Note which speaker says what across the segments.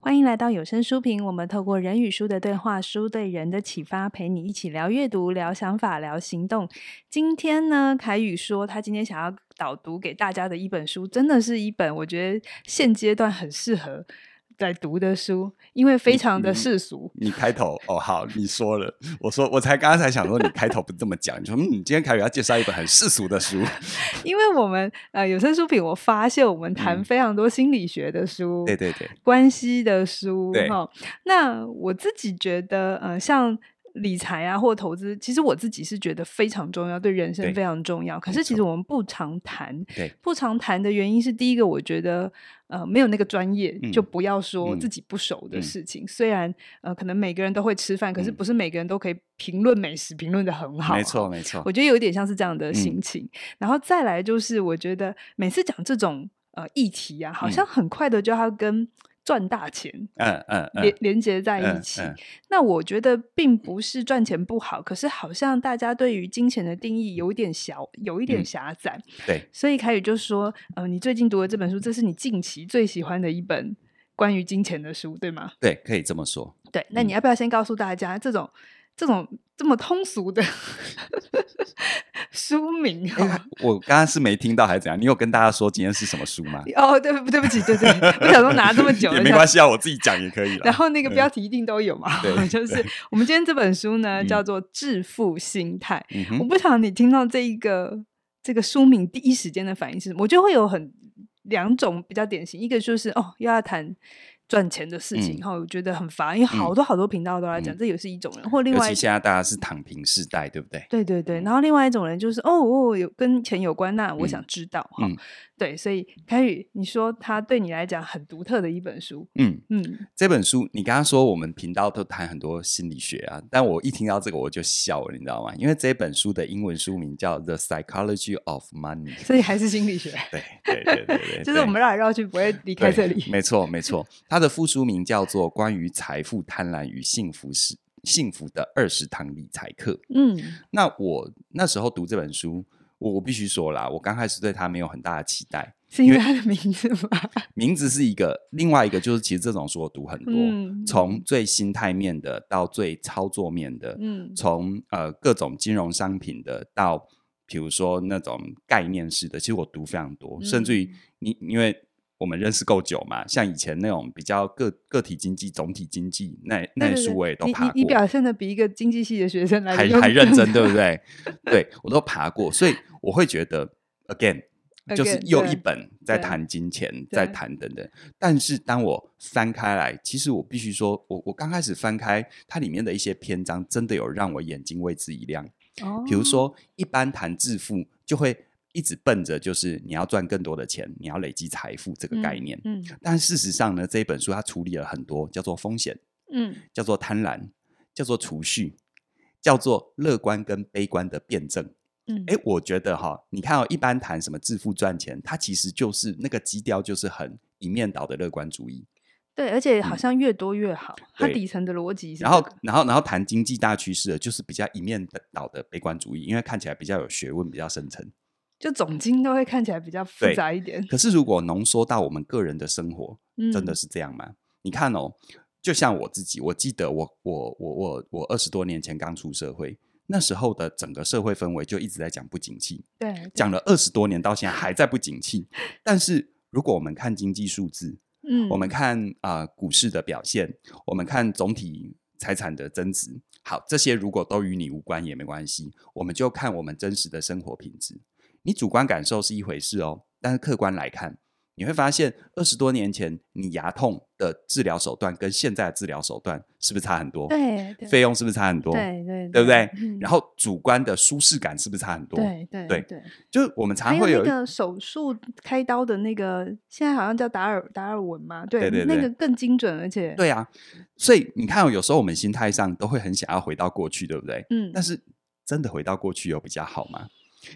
Speaker 1: 欢迎来到有声书评，我们透过人与书的对话，书对人的启发，陪你一起聊阅读、聊想法、聊行动。今天呢，凯宇说他今天想要导读给大家的一本书，真的是一本我觉得现阶段很适合在读的书，因为
Speaker 2: 嗯
Speaker 1: 非常的世俗。
Speaker 2: 你开头哦，好，你说了，我说我才刚才想说你开头不这么讲，你说嗯，今天凯宇要介绍一本很世俗的书，
Speaker 1: 因为我们呃有声书评，我发现我们谈
Speaker 2: 嗯
Speaker 1: 非常多心理学的书，
Speaker 2: 对对对，
Speaker 1: 关系的书
Speaker 2: 对
Speaker 1: 哈。那我自己觉得，呃，像理财啊或投资，其实我自己是觉得非常重要，对人生
Speaker 2: 对
Speaker 1: 非常重要。可
Speaker 2: 没
Speaker 1: 是其
Speaker 2: 错
Speaker 1: 实我们不常谈，
Speaker 2: 对
Speaker 1: 不常谈的原因是，第一个，我觉得呃没有那个专业，
Speaker 2: 嗯
Speaker 1: 就不要说
Speaker 2: 嗯
Speaker 1: 自己不熟的
Speaker 2: 嗯
Speaker 1: 事情。虽然呃可能每个人都会吃饭，可是
Speaker 2: 嗯
Speaker 1: 不是每个人都可以评论美食评论的很 好，啊
Speaker 2: 没错。没错
Speaker 1: 我，觉得有一点像是这样
Speaker 2: 嗯
Speaker 1: 的心情。然后再来就是，我觉得每次讲这种呃议题啊，好像很快的就要跟赚大钱。
Speaker 2: 嗯嗯
Speaker 1: 连
Speaker 2: 嗯，
Speaker 1: 连接在一
Speaker 2: 嗯
Speaker 1: 起，
Speaker 2: 嗯
Speaker 1: 那我觉得并不是赚钱不好，可是好像大家对于金钱的定义有一点小，有一点
Speaker 2: 嗯
Speaker 1: 狭窄。
Speaker 2: 对，
Speaker 1: 所以凯宇就说：“呃，你最近读的这本书，这是你近期最喜欢的一本关于金钱的书，对吗
Speaker 2: 对，可以这么说。？”
Speaker 1: 对，那你
Speaker 2: 嗯
Speaker 1: 要不要先告诉大家，这种这种这么通俗的 书名、
Speaker 2: 哎
Speaker 1: 哦？
Speaker 2: 我刚刚是没听到还是怎样？你有跟大家说今天是什么书吗？
Speaker 1: 哦，对，对不起，对 对， 我想说拿这么久
Speaker 2: 也
Speaker 1: 了，
Speaker 2: 没
Speaker 1: 想
Speaker 2: 关系啊，我自己讲也可以
Speaker 1: 然
Speaker 2: 了。
Speaker 1: 后那个标题一定都有嘛，
Speaker 2: 对
Speaker 1: 就是
Speaker 2: 对
Speaker 1: 我们今天这本书呢
Speaker 2: 嗯
Speaker 1: 叫做《致富心态》，
Speaker 2: 嗯
Speaker 1: 我
Speaker 2: 哼，
Speaker 1: 不想你听到这一个这个书名第一时间的反应是什么，我觉得会有很两种比较典型，一个就是哦又要谈。赚钱的事情，
Speaker 2: 嗯
Speaker 1: 然后我觉得很烦，因为好多好多频道都在讲，
Speaker 2: 嗯
Speaker 1: 这也是一种人，或另
Speaker 2: 尤
Speaker 1: 外
Speaker 2: 其
Speaker 1: 一
Speaker 2: 现在大家是躺平世代，对不对？
Speaker 1: 对对对，然后另外一种人就是哦，哦，有跟钱有关，那我
Speaker 2: 嗯
Speaker 1: 想知道哈、
Speaker 2: 嗯
Speaker 1: 对，所以凯宇，你说它对你来讲很独特的一本书，
Speaker 2: 嗯，
Speaker 1: 嗯，
Speaker 2: 这本书，你刚刚说我们频道都谈很多心理学啊，但我一听到这个我就笑了，你知道吗？因为这本书的英文书名叫《The Psychology of Money》。
Speaker 1: 所以还是心理 学，
Speaker 2: 对对对对 对，
Speaker 1: 就是我们绕来绕去不会离
Speaker 2: 对
Speaker 1: 开这里。
Speaker 2: 没错没错，它的副书名叫做《关于财富、贪婪与幸福是幸福的二十堂理财课》。
Speaker 1: 嗯
Speaker 2: 那我那时候读这本书，我我必须说啦，我刚开始对它没有很大的期待。
Speaker 1: 是因为它的名字 吗？
Speaker 2: 名字是一个，另外一个就是其实这种书我读很多，
Speaker 1: 嗯
Speaker 2: 从最心态面的到最操作面的，
Speaker 1: 嗯
Speaker 2: 从呃各种金融商品的到比如说那种概念式的，其实我读非常多，甚至于
Speaker 1: 嗯
Speaker 2: 你因为我们认识够久嘛，像以前那种比较个个体经济、总体经济那那
Speaker 1: 对
Speaker 2: 些
Speaker 1: 对对
Speaker 2: 书我也都
Speaker 1: 你
Speaker 2: 爬
Speaker 1: 你
Speaker 2: 过，
Speaker 1: 你表现的比一个经济系的学生来得
Speaker 2: 还
Speaker 1: 用
Speaker 2: 还认 真，
Speaker 1: 更
Speaker 2: 对不对？对我都爬过，所以我会觉得，again，就是
Speaker 1: ，again，
Speaker 2: 又
Speaker 1: 对
Speaker 2: 一本在
Speaker 1: 对
Speaker 2: 谈金钱，在
Speaker 1: 对
Speaker 2: 谈等等。但是当我翻开来，其实我必须说，我我刚开始翻开它里面的一些篇章，真的有让我眼睛为之一亮。
Speaker 1: 哦
Speaker 2: 比如，说，一般谈致富就会。一直奔着就是你要赚更多的钱，你要累积财富这个概念。
Speaker 1: 嗯
Speaker 2: 但事实上呢，这一本书它处理了很多叫做风险，
Speaker 1: 嗯
Speaker 2: 叫做贪婪，叫做储蓄，叫做乐观跟悲观的辩证。
Speaker 1: 嗯，
Speaker 2: 哎，我觉得哈，你看哦，一般谈什么致富赚钱，它其实就是那个基调就是很一面倒的乐观主义，
Speaker 1: 对，而且好像越多越好，它
Speaker 2: 嗯对
Speaker 1: 底层的逻辑是这
Speaker 2: 然
Speaker 1: 个、
Speaker 2: 后然后然后谈经济大趋势的，就是比较一面倒的悲观主义，因为看起来比较有学问，比较深沉。
Speaker 1: 就总经都会看起来比较复
Speaker 2: 对
Speaker 1: 杂一点，
Speaker 2: 可是如果浓缩到我们个人的生活，真的
Speaker 1: 嗯
Speaker 2: 是这样吗？你看哦，就像我自己，我记得我我我我我二十多年前刚出社会，那时候的整个社会氛围就一直在讲不景气，
Speaker 1: 对对
Speaker 2: 讲了二十多年，到现在还在不景气。但是如果我们看经济数字，
Speaker 1: 嗯，
Speaker 2: 我们看啊、呃股市的表现，我们看总体财产的增值，好，这些如果都与你无关也没关系，我们就看我们真实的生活品质。你主观感受是一回事哦，但是客观来看，你会发现二十多年前你牙痛的治疗手段跟现在的治疗手段是不是差很多？
Speaker 1: 对对
Speaker 2: 费用是不是差很多？
Speaker 1: 对对
Speaker 2: 对不对？
Speaker 1: 嗯
Speaker 2: 然后主观的舒适感是不是差很多？
Speaker 1: 对对
Speaker 2: 对
Speaker 1: 对，
Speaker 2: 就是我们常
Speaker 1: 还
Speaker 2: 常会
Speaker 1: 有
Speaker 2: 有一
Speaker 1: 那个手术开刀的那个，现在好像叫达尔达尔文嘛，对
Speaker 2: 对对
Speaker 1: 那
Speaker 2: 对
Speaker 1: 个更精准，而且
Speaker 2: 对啊，所以你看哦、有时候我们心态上都会很想要回到过去，对不对？
Speaker 1: 嗯，
Speaker 2: 但是真的回到过去有比较好吗？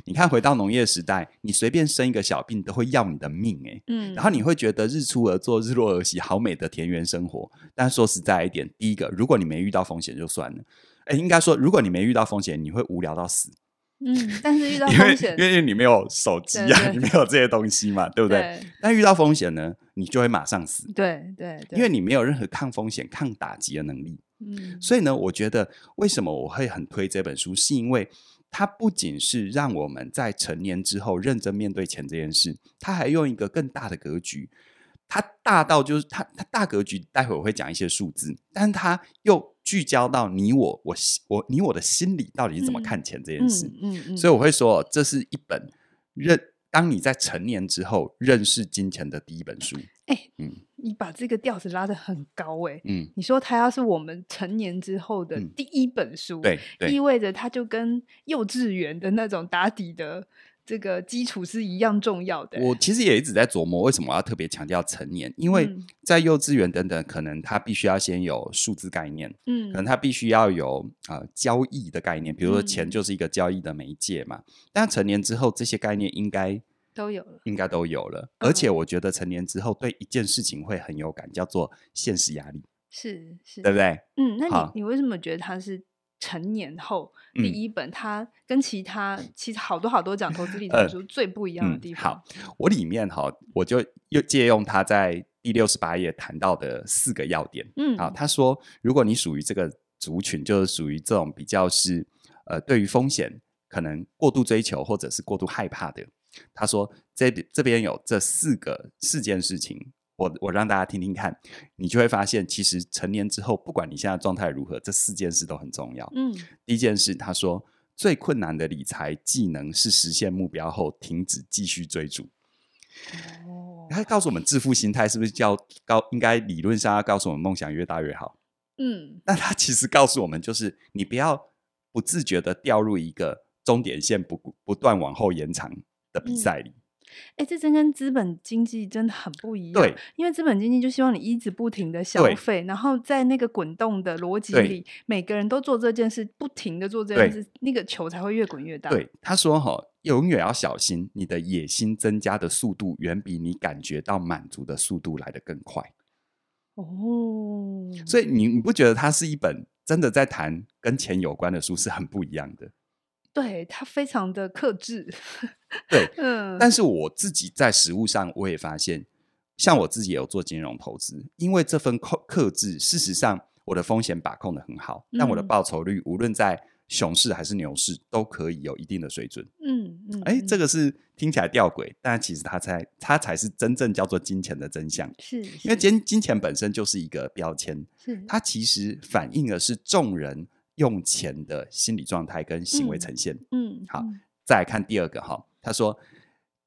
Speaker 2: 你看，回到农业时代，你随便生一个小病都会要你的命诶、
Speaker 1: 嗯，
Speaker 2: 然后你会觉得日出而作，日落而息，好美的田园生活。但说实在一点，第一个，如果你没遇到风险就算了，哎，应该说，如果你没遇到风险，你会无聊到死，
Speaker 1: 嗯，但是遇到
Speaker 2: 因为
Speaker 1: 风险，
Speaker 2: 因为你没有手机啊，
Speaker 1: 对对
Speaker 2: 你没有这些东西嘛，对不对？
Speaker 1: 对
Speaker 2: 但遇到风险呢，你就会马上死，
Speaker 1: 对对对，
Speaker 2: 因为你没有任何抗风险、抗打击的能力。
Speaker 1: 嗯
Speaker 2: 所以呢，我觉得为什么我会很推这本书，是因为它不仅是让我们在成年之后认真面对钱这件事，它还用一个更大的格局，它大到就是它它大格局，待会我会讲一些数字，但它又聚焦到你我我心我你我的心理到底是怎么
Speaker 1: 嗯
Speaker 2: 看钱这件
Speaker 1: 嗯
Speaker 2: 事，
Speaker 1: 嗯嗯，
Speaker 2: 所以我会说，哦这是一本认当你在成年之后认识金钱的第一本书，
Speaker 1: 哎
Speaker 2: 嗯
Speaker 1: 你把这个调子拉得很高哎、
Speaker 2: 嗯，
Speaker 1: 你说它要是我们成年之后的
Speaker 2: 嗯
Speaker 1: 第一本书，
Speaker 2: 对对，
Speaker 1: 意味着它就跟幼稚园的那种打底的这个基础是一样重要的欸、
Speaker 2: 我其实也一直在琢磨，为什么我要特别强调成年？因为
Speaker 1: 嗯
Speaker 2: 在幼稚园等等，可能他必须要先有数字概念，
Speaker 1: 嗯
Speaker 2: 可能他必须要有呃交易的概念，比如说钱
Speaker 1: 嗯
Speaker 2: 就是一个交易的媒介嘛。但成年之后，这些概念应该
Speaker 1: 都有了，
Speaker 2: 应该都有了，而且
Speaker 1: 嗯
Speaker 2: 我觉得成年之后对一件事情会很有感，叫做现实压力，
Speaker 1: 是是，
Speaker 2: 对不对？
Speaker 1: 嗯，那
Speaker 2: 好
Speaker 1: 你你为什么觉得它是成年后第
Speaker 2: 嗯
Speaker 1: 一本？它跟其他其实好多好多讲投 资理
Speaker 2: 呃
Speaker 1: 财书最不一样的
Speaker 2: 嗯
Speaker 1: 地方，
Speaker 2: 好，我里面哈，我就又借用他在第六十八页谈到的四个要点。
Speaker 1: 嗯
Speaker 2: 好，他说，如果你属于这个族群，就是属于这种比较是呃，对于风险可能过度追求或者是过度害怕的，他说这边这边有这四个四件事情。我我让大家听听看，你就会发现，其实成年之后，不管你现在状态如何，这四件事都很重要。
Speaker 1: 嗯
Speaker 2: 第一件事，他说最困难的理财技能是实现目标后停止继续追逐。
Speaker 1: 哦
Speaker 2: 他告诉我们致富心态是不是叫高？应该理论上要告诉我们梦想越大越好。
Speaker 1: 嗯
Speaker 2: 那他其实告诉我们，就是你不要不自觉的掉入一个终点线不不断往后延长的比赛里。
Speaker 1: 哎、这真跟资本经济真的很不一样。
Speaker 2: 对，
Speaker 1: 因为资本经济就希望你一直不停的消
Speaker 2: 对
Speaker 1: 费，然后在那个滚动的逻辑
Speaker 2: 对
Speaker 1: 里，每个人都做这件事，不停的做这
Speaker 2: 对
Speaker 1: 件事，那个球才会越滚越大。
Speaker 2: 对，他说哈、永远要小心，你的野心增加的速度远比你感觉到满足的速度来得更快。
Speaker 1: 哦，
Speaker 2: 所以你你不觉得它是一本真的在谈跟钱有关的书是很不一样的？
Speaker 1: 对他非常的克制。
Speaker 2: 对，
Speaker 1: 嗯，
Speaker 2: 但
Speaker 1: 是
Speaker 2: 是我自己在实物上，我也发现，像我自己也有做金融投资，因为这份克克制，事实上我的风险把控的很好，但我的
Speaker 1: 嗯
Speaker 2: 报酬率无论在熊市还是牛市都可以有一定的水准。
Speaker 1: 嗯嗯，
Speaker 2: 哎，
Speaker 1: 嗯
Speaker 2: 这个是听起来吊诡，但其实它才它才是真正叫做金钱的真相，
Speaker 1: 是
Speaker 2: 因为
Speaker 1: 是
Speaker 2: 金金钱本身就是一个标签，
Speaker 1: 是
Speaker 2: 它其实反映的是众人用钱的心理状态跟行为
Speaker 1: 嗯
Speaker 2: 呈现。
Speaker 1: 嗯
Speaker 2: 好
Speaker 1: 嗯
Speaker 2: 再来看第二个哈，他说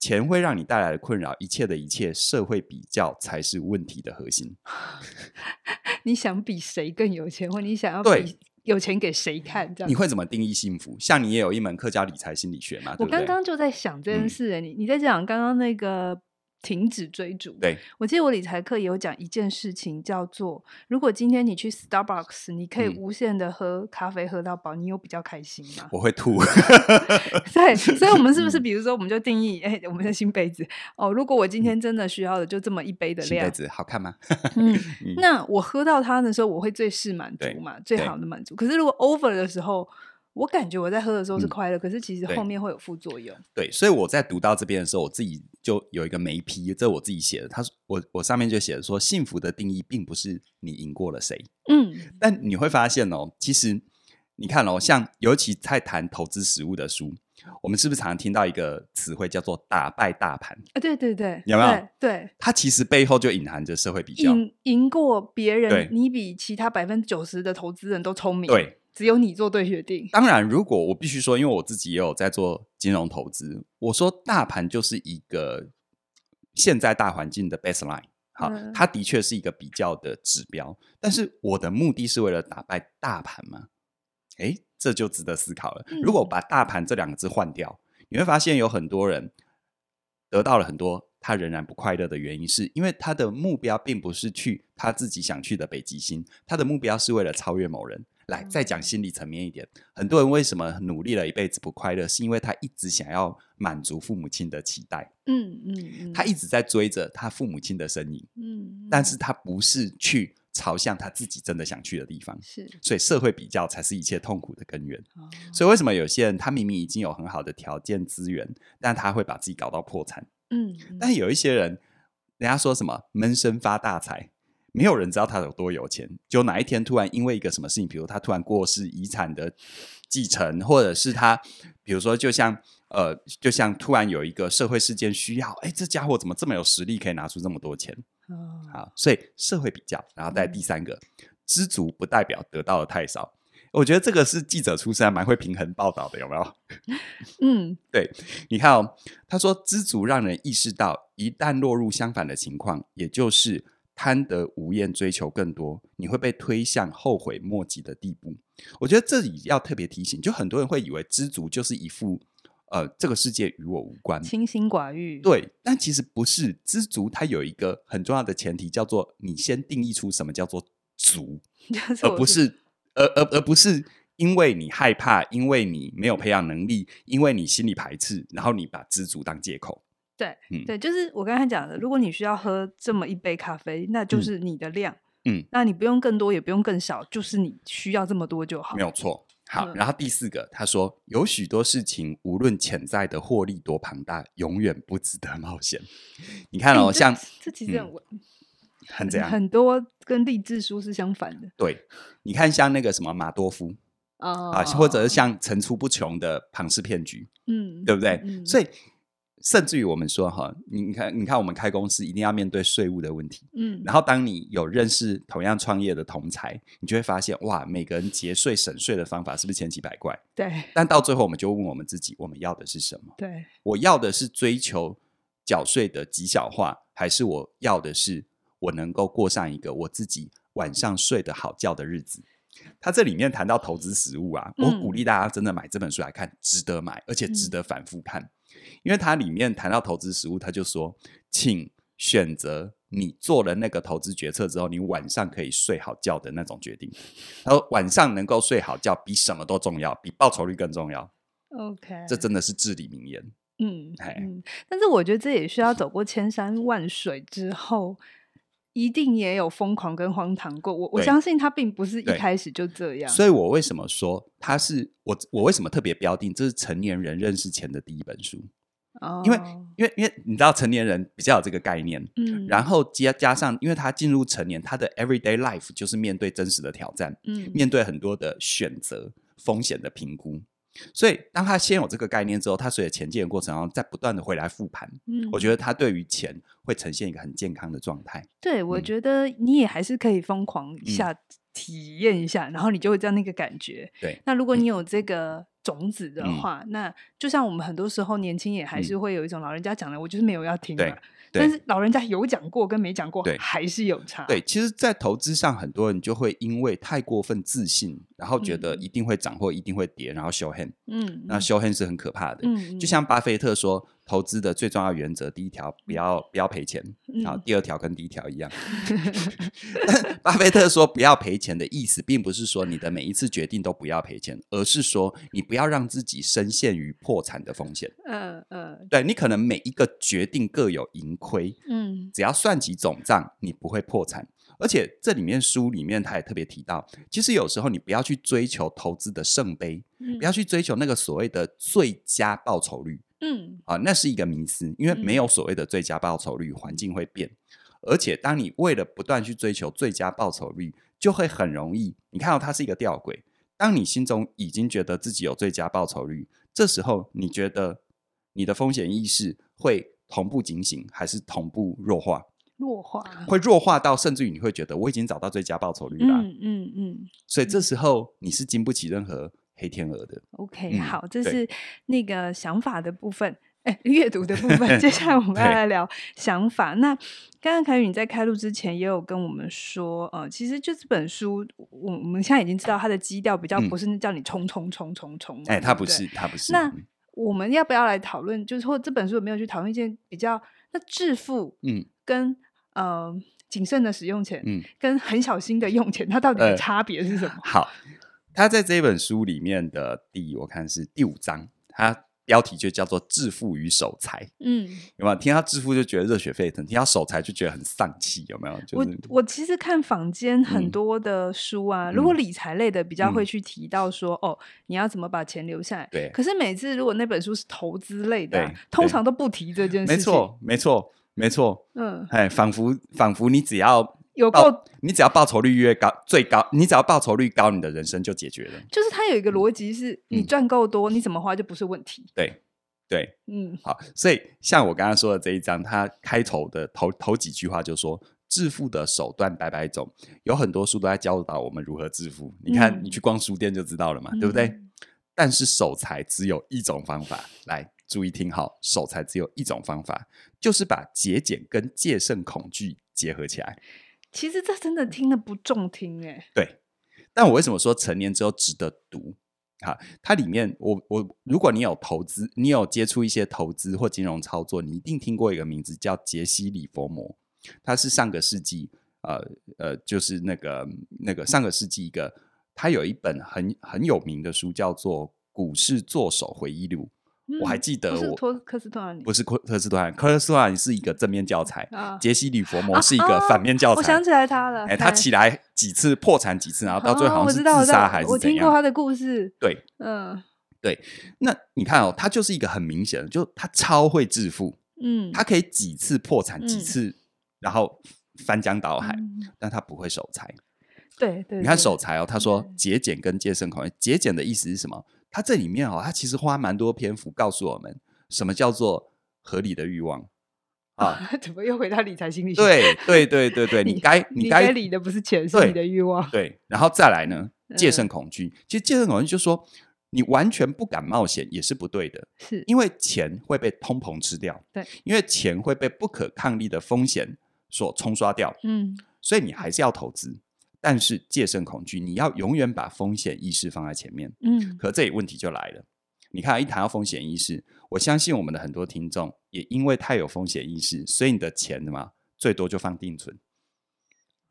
Speaker 2: 钱会让你带来的困扰，一切的一切，社会比较才是问题的核心。
Speaker 1: 你想比谁更有钱，或你想要
Speaker 2: 对
Speaker 1: 比有钱给谁看？这样
Speaker 2: 你会怎么定义幸福？像你也有一门课叫理财心理学嘛，
Speaker 1: 我
Speaker 2: 对不对？
Speaker 1: 刚刚就在想这
Speaker 2: 嗯
Speaker 1: 件事、欸，你你在讲刚刚那个停止追逐，
Speaker 2: 对
Speaker 1: 我记得我理财课也有讲一件事情，叫做如果今天你去 Starbucks，你可以
Speaker 2: 嗯
Speaker 1: 无限的喝咖啡喝到饱，你有比较开心 吗？
Speaker 2: 我会吐。
Speaker 1: 对，所以我们是不是
Speaker 2: 嗯
Speaker 1: 比如说我们就定义，哎、我们的新杯子哦，如果我今天真的需要的就这么一杯 的
Speaker 2: 新
Speaker 1: 量
Speaker 2: 杯，子好看吗？
Speaker 1: 嗯，
Speaker 2: 嗯
Speaker 1: 那我喝到它的时候，我会最是满
Speaker 2: 对
Speaker 1: 足嘛，最
Speaker 2: 对
Speaker 1: 好的满足。可是如果 over 的时候，我感觉我在喝的时候是
Speaker 2: 嗯
Speaker 1: 快乐，可是其实
Speaker 2: 对
Speaker 1: 后面会有副作用。
Speaker 2: 对，所以我在读到这边的时候，我自己就有一个眉批，这我自己写的。他说我我上面就写的说，幸福的定义并不是你赢过了谁，
Speaker 1: 嗯，
Speaker 2: 但你会发现哦，其实你看哦，像尤其在谈投资实务的书，我们是不是常常听到一个词汇叫做“打败大盘
Speaker 1: 啊，对对对，
Speaker 2: 有没有
Speaker 1: 对对”？，
Speaker 2: 它其实背后就隐含着社会比较。
Speaker 1: 赢赢过别
Speaker 2: 对
Speaker 1: 人，你比其他百分之九十的投资人都聪明，
Speaker 2: 对，
Speaker 1: 只有你做对决定。
Speaker 2: 当然，如果我必须说，因为我自己也有在做金融投资，我说大盘就是一个现在大环境的 baseline，好，
Speaker 1: 嗯
Speaker 2: 它的确是一个比较的指标，但是我的目的是为了打败大盘吗？诶，这就值得思考了。如果
Speaker 1: 嗯
Speaker 2: 把大盘这两个字换掉，你会发现有很多人得到了很多，他仍然不快乐的原因，是因为他的目标并不是去他自己想去的北极星，他的目标是为了超越某人。来，再
Speaker 1: 嗯
Speaker 2: 讲心理层面一点，很多人为什么努力了一辈子不快乐，是因为他一直想要满足父母亲的期待，
Speaker 1: 嗯嗯嗯，
Speaker 2: 他一直在追着他父母亲的身影，
Speaker 1: 嗯，
Speaker 2: 但
Speaker 1: 嗯
Speaker 2: 是他不是去朝向他自己真的想去的地方。
Speaker 1: 是，
Speaker 2: 所以社会比较才是一切痛苦的根源。
Speaker 1: 哦
Speaker 2: 所以为什么有些人他明明已经有很好的条件资源，但他会把自己搞到破产？
Speaker 1: 嗯，嗯
Speaker 2: 但有一些人，人家说什么闷声发大财，没有人知道他有多有钱。就哪一天突然因为一个什么事情，比如他突然过世，遗产的继承，或者是他，比如说就像呃，就像突然有一个社会事件需要，哎，这家伙怎么这么有实力，可以拿出这么多钱？
Speaker 1: 哦，
Speaker 2: 好，所以社会比较，然后在第三个，知足不代表得到的太少。我觉得这个是记者出身，还蛮会平衡报道的，有没有？
Speaker 1: 嗯，
Speaker 2: 你看哦，他说知足让人意识到，一旦落入相反的情况，也就是贪得无厌、追求更多，你会被推向后悔莫及的地步。我觉得这里要特别提醒，就很多人会以为知足就是一副呃，这个世界与我无关，
Speaker 1: 清心寡欲，，
Speaker 2: 对，但其实不是知足，它有一个很重要的前提，叫做你先定义出什么叫做足，
Speaker 1: 就是
Speaker 2: 而
Speaker 1: 我
Speaker 2: 呃不是而而而不是因为你害怕，因为你没有培养能力，因为你心理排斥，然后你把知足当借口。
Speaker 1: 对
Speaker 2: 嗯
Speaker 1: 对，就是我刚才讲的，如果你需要喝这么一杯咖啡，那就
Speaker 2: 嗯
Speaker 1: 是你的量，
Speaker 2: 嗯，
Speaker 1: 那你不用更多，也不用更少，就是你需要这么多就好，
Speaker 2: 没有错。好，
Speaker 1: 嗯
Speaker 2: 然后第四个，他说有许多事情，无论潜在的获利多庞大，永远不值得冒险。你看
Speaker 1: 哎
Speaker 2: 哦，
Speaker 1: 这
Speaker 2: 像
Speaker 1: 这其实
Speaker 2: 嗯
Speaker 1: 很文
Speaker 2: 很怎样？
Speaker 1: 很多跟励志书是相反的
Speaker 2: 对，你看像那个什么马多夫
Speaker 1: 啊
Speaker 2: 啊，或者是像层出不穷的庞氏骗局，
Speaker 1: 嗯，
Speaker 2: 对不对？
Speaker 1: 嗯
Speaker 2: 所以，甚至于我们说哈，你你看，你看我们开公司一定要面对税务的问题。
Speaker 1: 嗯，
Speaker 2: 然后，当你有认识同样创业的同才，你就会发现，哇，每个人节税省税的方法是不是千奇百怪？
Speaker 1: 对
Speaker 2: 但到最后，我们就问我们自己，我们要的是什么？
Speaker 1: 对，
Speaker 2: 我要的是追求缴税的极小化，还是我要的是我能够过上一个我自己晚上睡得好觉的日子？他这里面谈到投资实物啊，我
Speaker 1: 嗯
Speaker 2: 鼓励大家真的买这本书来看，值得买，而且值
Speaker 1: 嗯
Speaker 2: 得反复看，因为它里面谈到投资实物，他就说，请选择你做了那个投资决策之后，你晚上可以睡好觉的那种决定。他说，晚上能够睡好觉比什么都重要，比报酬率更重要，
Speaker 1: OK，
Speaker 2: 这真的是至理名言。
Speaker 1: 嗯
Speaker 2: 哎
Speaker 1: 嗯，但是我觉得这也需要走过千山万水之后，一定也有疯狂跟荒唐过。我我
Speaker 2: 对
Speaker 1: 相信他并不是一
Speaker 2: 对
Speaker 1: 开始就这样。
Speaker 2: 所以我为什么说它是我我为什么特别标定这是成年人认识钱的第一本书？
Speaker 1: 哦
Speaker 2: 因为因为因为你知道成年人比较有这个概念，
Speaker 1: 嗯，
Speaker 2: 然后加加上因为他进入成年，他的 everyday life 就是面对真实的挑战，
Speaker 1: 嗯
Speaker 2: 面对很多的选择、风险的评估。所以，当他先有这个概念之后，他随着前进的过程中，在不断的回来复盘，
Speaker 1: 嗯，
Speaker 2: 我觉得他对于钱会呈现一个很健康的状态。
Speaker 1: 对，我
Speaker 2: 嗯
Speaker 1: 觉得你也还是可以疯狂一下、体验一下，然后你就会知道那个感觉。
Speaker 2: 对，
Speaker 1: 那如果你有这个种子的
Speaker 2: 嗯
Speaker 1: 话，那就像我们很多时候年轻也还是会有一种老人家讲的，我就是没有要听嘛。
Speaker 2: 对
Speaker 1: 但
Speaker 2: 对
Speaker 1: 是老人家有讲过跟没讲过
Speaker 2: 对
Speaker 1: 还是有差。
Speaker 2: 对，其实，在投资上，很多人就会因为太过分自信，然后觉得
Speaker 1: 嗯
Speaker 2: 一定会涨或一定会跌，然后 show hand，、
Speaker 1: 嗯，
Speaker 2: 那
Speaker 1: 嗯
Speaker 2: show hand 是很可怕的。
Speaker 1: 嗯，
Speaker 2: 就
Speaker 1: 嗯
Speaker 2: 像巴菲特说，投资的最重要原则，第一条不要不要赔钱，好，
Speaker 1: 嗯
Speaker 2: 第二条跟第一条一样。 但巴菲特说不要赔钱的意思，并不是说你的每一次决定都不要赔钱，而是说你不要让自己深陷于破产的风险。
Speaker 1: 嗯嗯
Speaker 2: 对你可能每一个决定各有盈亏，
Speaker 1: 嗯
Speaker 2: 只要算起总账，你不会破产。而且这里面书里面他也特别提到，其实有时候你不要去追求投资的圣杯，
Speaker 1: 嗯，
Speaker 2: 不要去追求那个所谓的最佳报酬率
Speaker 1: 嗯
Speaker 2: 啊，那是一个迷思，因为没有所谓的最佳报酬率，环境会变。而且，当你为了不断去追求最佳报酬率，就会很容易。你看到、它是一个吊诡。当你心中已经觉得自己有最佳报酬率，这时候你觉得你的风险意识会同步警醒，还是同步弱化？
Speaker 1: 弱化。
Speaker 2: 会弱化到甚至于你会觉得我已经找到最佳报酬率了啊、
Speaker 1: 嗯嗯嗯
Speaker 2: 所以这时候你是经不起任何黑天鹅的。
Speaker 1: ，OK，
Speaker 2: 嗯
Speaker 1: 好，这
Speaker 2: 对
Speaker 1: 是那个想法的部分。哎，阅读的部分，接 下来我们要
Speaker 2: 对
Speaker 1: 来聊想法。那刚刚凯宇你在开录之前也有跟我们说，呃，其实就这本书，我我们现在已经知道它的基调比较
Speaker 2: 嗯
Speaker 1: 不是那叫你冲冲冲冲冲嘛，
Speaker 2: 哎，
Speaker 1: 对
Speaker 2: 它不
Speaker 1: 嗯对
Speaker 2: 是，它不是。
Speaker 1: 那
Speaker 2: 嗯
Speaker 1: 我们要不要来讨论？就是或这本书有没有去讨论一件比较那致富
Speaker 2: 嗯
Speaker 1: 跟呃谨慎的使用钱，
Speaker 2: 嗯
Speaker 1: 跟很小心的用钱，它到底的
Speaker 2: 呃
Speaker 1: 差别是什 么？
Speaker 2: 好，他在这本书里面的第我看是第五章，它标题就叫做“致富与守财”。
Speaker 1: 嗯，
Speaker 2: 有没有听到致富就觉得热血沸腾，听到守财就觉得很丧气，有没有？就
Speaker 1: 我
Speaker 2: 是
Speaker 1: 我其实看坊间很
Speaker 2: 嗯
Speaker 1: 多的书啊，如果理财类的比较会
Speaker 2: 嗯
Speaker 1: 去提到说，哦，你要怎么把钱留下来。
Speaker 2: 对
Speaker 1: 可是每次如果那本书是投资类的啊、
Speaker 2: 对
Speaker 1: 通
Speaker 2: 对
Speaker 1: 常都不提这件事情。
Speaker 2: 没错，没错，没错，
Speaker 1: 嗯，
Speaker 2: 哎，仿佛仿佛你只要
Speaker 1: 有够，
Speaker 2: 报，你只要报酬率越高，最高，你只要报酬率高，你的人生就解决了。
Speaker 1: 就是它有一个逻辑是，你
Speaker 2: 嗯
Speaker 1: 赚够多，你怎么花就不是问题。
Speaker 2: 对，对，
Speaker 1: 嗯，
Speaker 2: 好，所以像我刚刚说的这一章，它开头的头头几句话就说。致富的手段百百种，有很多书都在教导我们如何致富。你看，
Speaker 1: 嗯
Speaker 2: 你去逛书店就知道了嘛，对不对
Speaker 1: 嗯？
Speaker 2: 但是守财只有一种方法，来注意听好，守财只有一种方法，就是把节俭跟戒慎恐惧结合起来。
Speaker 1: 其实这真的听得不中听哎、
Speaker 2: 对，但我为什么说成年之后值得读？哈，它里面我我，如果你有投资，你有接触一些投资或金融操作，你一定听过一个名字叫杰西·里佛摩，他是上个世纪呃呃，就是那个那个上个世纪一个，他有一本很很有名的书叫做《股市作手回忆录》，我还
Speaker 1: 嗯
Speaker 2: 记得
Speaker 1: 不是
Speaker 2: 我
Speaker 1: 托克斯托尔尼
Speaker 2: 不是科科斯托兰，科斯托兰是一个正面教材，
Speaker 1: 啊，
Speaker 2: 杰西·里佛摩
Speaker 1: 啊
Speaker 2: 是一个反面教材。
Speaker 1: 我想起来他了，
Speaker 2: 哎、他
Speaker 1: 嘿
Speaker 2: 起来几次破产几次，然后到最后
Speaker 1: 嗯哦
Speaker 2: 好
Speaker 1: 我
Speaker 2: 像
Speaker 1: 知
Speaker 2: 是
Speaker 1: 道我
Speaker 2: 自
Speaker 1: 知道
Speaker 2: 杀还是
Speaker 1: 我
Speaker 2: 怎
Speaker 1: 听过
Speaker 2: 样？
Speaker 1: 他的故事，
Speaker 2: 对，
Speaker 1: 嗯
Speaker 2: 那你看哦，他就是一个很明显的，就他超会致富，
Speaker 1: 嗯，
Speaker 2: 他可以几次破产，几
Speaker 1: 嗯
Speaker 2: 次、然后翻江倒海，
Speaker 1: 嗯
Speaker 2: 但他不会守财。
Speaker 1: 对对，
Speaker 2: 你看
Speaker 1: 对
Speaker 2: 守财哦，他说
Speaker 1: 对
Speaker 2: 节俭跟戒慎恐惧。节俭的意思是什么？他这里面哦，他其实花蛮多篇幅告诉我们什么叫做合理的欲望啊。
Speaker 1: 怎么又回到理财心理学？
Speaker 2: 对对对对对，你该
Speaker 1: 哦 你
Speaker 2: 该
Speaker 1: 理的不是钱，是
Speaker 2: 对
Speaker 1: 你的欲望。
Speaker 2: 对，然后再来呢，戒
Speaker 1: 嗯
Speaker 2: 慎恐惧。其实戒慎恐惧就是说，你完全不敢冒险也是不对的，
Speaker 1: 是，
Speaker 2: 因为钱会被通膨吃掉，
Speaker 1: 对，
Speaker 2: 因为钱会被不可抗力的风险所冲刷掉，
Speaker 1: 嗯，
Speaker 2: 所以你还是要投资，但是戒慎恐惧，你要永远把风险意识放在前面。
Speaker 1: 嗯，
Speaker 2: 可这里问题就来了。你看，一谈到风险意识，我相信我们的很多听众也因为太有风险意识，所以你的钱嘛，最多就放定存。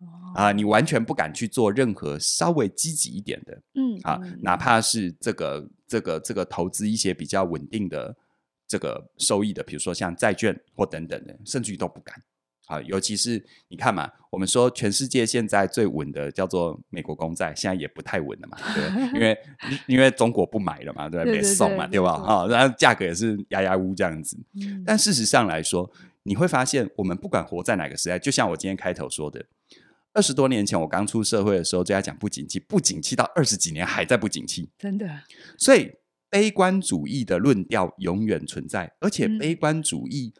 Speaker 1: 哦，
Speaker 2: 啊，你完全不敢去做任何稍微积极一点的
Speaker 1: 嗯
Speaker 2: 啊，哪怕是这个这个这个投资一些比较稳定的这个收益的，比如说像债券或等等的，甚至于都不敢。啊，尤其是你看嘛，我们说全世界现在最稳的叫做美国公债，现在也不太稳了嘛，对 不对，因为因为中国不买了嘛，对不
Speaker 1: 对
Speaker 2: 对？没
Speaker 1: 对
Speaker 2: 送
Speaker 1: 对
Speaker 2: 嘛，
Speaker 1: 没
Speaker 2: 对吧？
Speaker 1: 错
Speaker 2: 啊，然后价格也是压压乌这样子。
Speaker 1: 嗯
Speaker 2: 但事实上来说，你会发现，我们不管活在哪个时代，就像我今天开头说的，二十多年前我刚出社会的时候，就在讲不景气，不景气到二十几年还在不景气，
Speaker 1: 真 的，
Speaker 2: 所以悲观主义的论调永远存在，而且
Speaker 1: 嗯
Speaker 2: 悲观主义、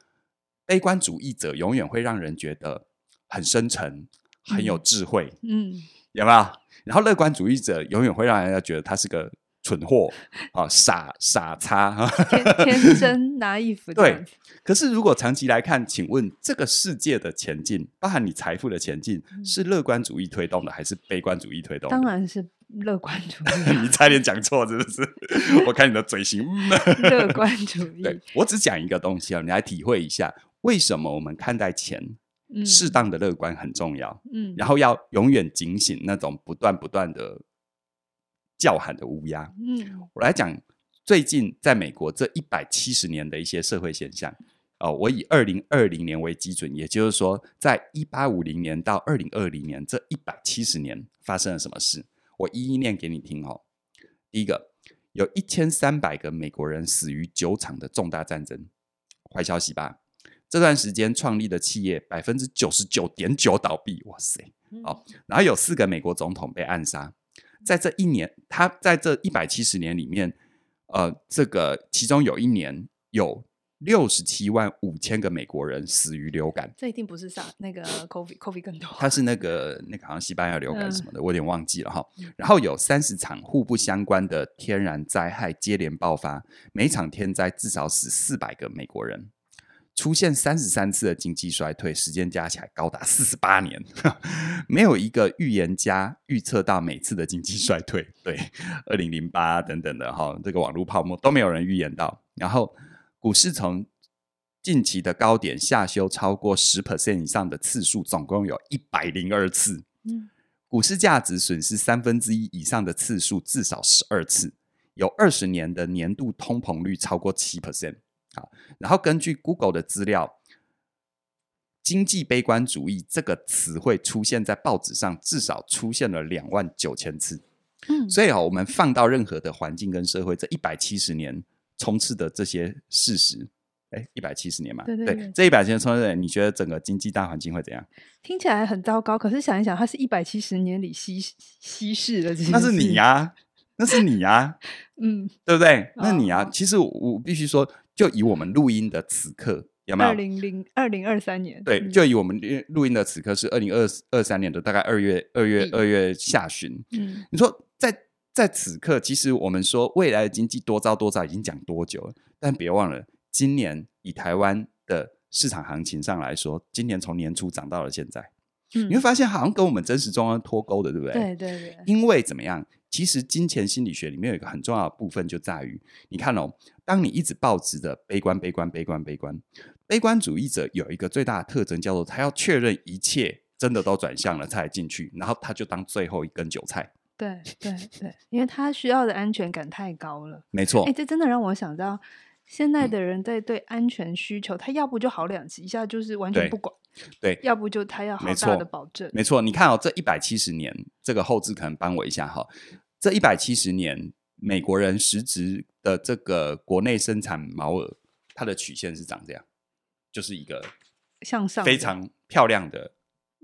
Speaker 2: 悲观主义者永远会让人觉得很深沉、很有
Speaker 1: 嗯
Speaker 2: 智慧，
Speaker 1: 嗯，
Speaker 2: 有没有？然后乐观主义者永远会让人家觉得他是个蠢货啊、傻傻叉。
Speaker 1: 天天 生拿衣服这
Speaker 2: 对
Speaker 1: 样子，
Speaker 2: 可是，如果长期来看，请问这个世界的前进，包含你财富的前进，
Speaker 1: 嗯
Speaker 2: 是乐观主义推动的，还是悲观主义推动的？
Speaker 1: 当，然是乐观主
Speaker 2: 你
Speaker 1: 义，
Speaker 2: 差点讲错，是 不是？我看你的嘴型。 嗯、
Speaker 1: 乐观主
Speaker 2: 对
Speaker 1: 义，
Speaker 2: 我只讲一个东西啊，你来体会一下，为什么我们看待钱，
Speaker 1: 嗯
Speaker 2: 适，当的乐观很重要，
Speaker 1: 嗯，
Speaker 2: 然后要永远警醒那种不断不断的叫喊的乌鸦。
Speaker 1: 嗯，
Speaker 2: 我来讲最近在美国这一百七十年的一些社会现象。哦，我以二零二零年为基准，也就是说，在一八五零年到二零二零年这一百七十年发生了什么事？我一一念给你听哦。第一个，有一千三百个美国人死于九场的重大战争，坏消息吧？这段时间创立的企业百分之九十九点九倒闭，哇塞！
Speaker 1: 嗯
Speaker 2: 好，然后有四个美国总统被暗杀，在这一年，他在这一百七十年里面，呃，这个其中有一年有六十七万五千个美国人死于流感，
Speaker 1: 这一定不是啥那 个 COVID COVID 更多，
Speaker 2: 它是那个那个好像西班牙流感
Speaker 1: 嗯
Speaker 2: 什么的，我有点忘记了哈。然后有三十场互不相关的天然灾害接连爆发，每一场天灾至少死四百个美国人，出现三十三次的经济衰退，时间加起来高达四十八年。 没有一个预言家预测到每次的经济衰退，对，二零零八等等的哈，这个网络泡沫都没有人预言到。然后股市从近期的高点下修超过十 percent 以上的次数，总共有一百零二次。
Speaker 1: 嗯
Speaker 2: 股市价值损失三分之一以上的次数至少十二次，有二十年的年度通膨率超过七 percent。好，然后根据 Google 的资料，经济悲观主义这个词汇出现在报纸上至少出现了两万九千次。
Speaker 1: 嗯，
Speaker 2: 所以啊、我们放到任何的环境跟社会，这一百七十年充斥的这些事实，哎，一百七十年嘛，
Speaker 1: 对对对
Speaker 2: 这一百七十年，你觉得整个经济大环境会 怎样？
Speaker 1: 听起来很糟糕，可是想一想，它是一百七十年里稀稀释的，
Speaker 2: 那是你、呀，那是你呀，
Speaker 1: 嗯，
Speaker 2: 对不对？那你
Speaker 1: 哦
Speaker 2: 呀，其实我我必须说，就以我们录音的此刻，有没
Speaker 1: 二
Speaker 2: 有？
Speaker 1: 零零二零二三年，
Speaker 2: 对，
Speaker 1: 嗯
Speaker 2: 就以我们录音的此刻是二零二二三年的大概二月二月
Speaker 1: 嗯
Speaker 2: 二月下旬，
Speaker 1: 嗯
Speaker 2: 你说在在此刻，其实我们说未来的经济多糟多糟已经讲多久了？但别忘了，今年以台湾的市场行情上来说，今年从年初涨到了现在，
Speaker 1: 嗯
Speaker 2: 你会发现好像跟我们真实状况脱钩的，对不对？
Speaker 1: 对对对，
Speaker 2: 因为怎么样？其实金钱心理学里面有一个很重要的部分，就在于你看哦，当你一直抱持着悲观、悲观、悲观、悲观，悲观主义者有一个最大的特征叫做他要确认一切真的都转向了才进去，然后他就当最后一根韭菜。
Speaker 1: 对对对，因为他需要的安全感太高了。
Speaker 2: 没错，
Speaker 1: 哎，这真的让我想到，现
Speaker 2: 嗯
Speaker 1: 在的人在对安全需求，他要不就好两极，一下就是完全
Speaker 2: 对
Speaker 1: 不管，
Speaker 2: 对，
Speaker 1: 要不就他要好
Speaker 2: 没
Speaker 1: 大的
Speaker 2: 错
Speaker 1: 保证。
Speaker 2: 没错。你看哦，这一百七十年，这个后置可能帮我一下哈、这一百七十年，美国人实质的这个国内生产毛额，它的曲线是长这样，就是一个
Speaker 1: 向上
Speaker 2: 非
Speaker 1: 的
Speaker 2: 常漂亮的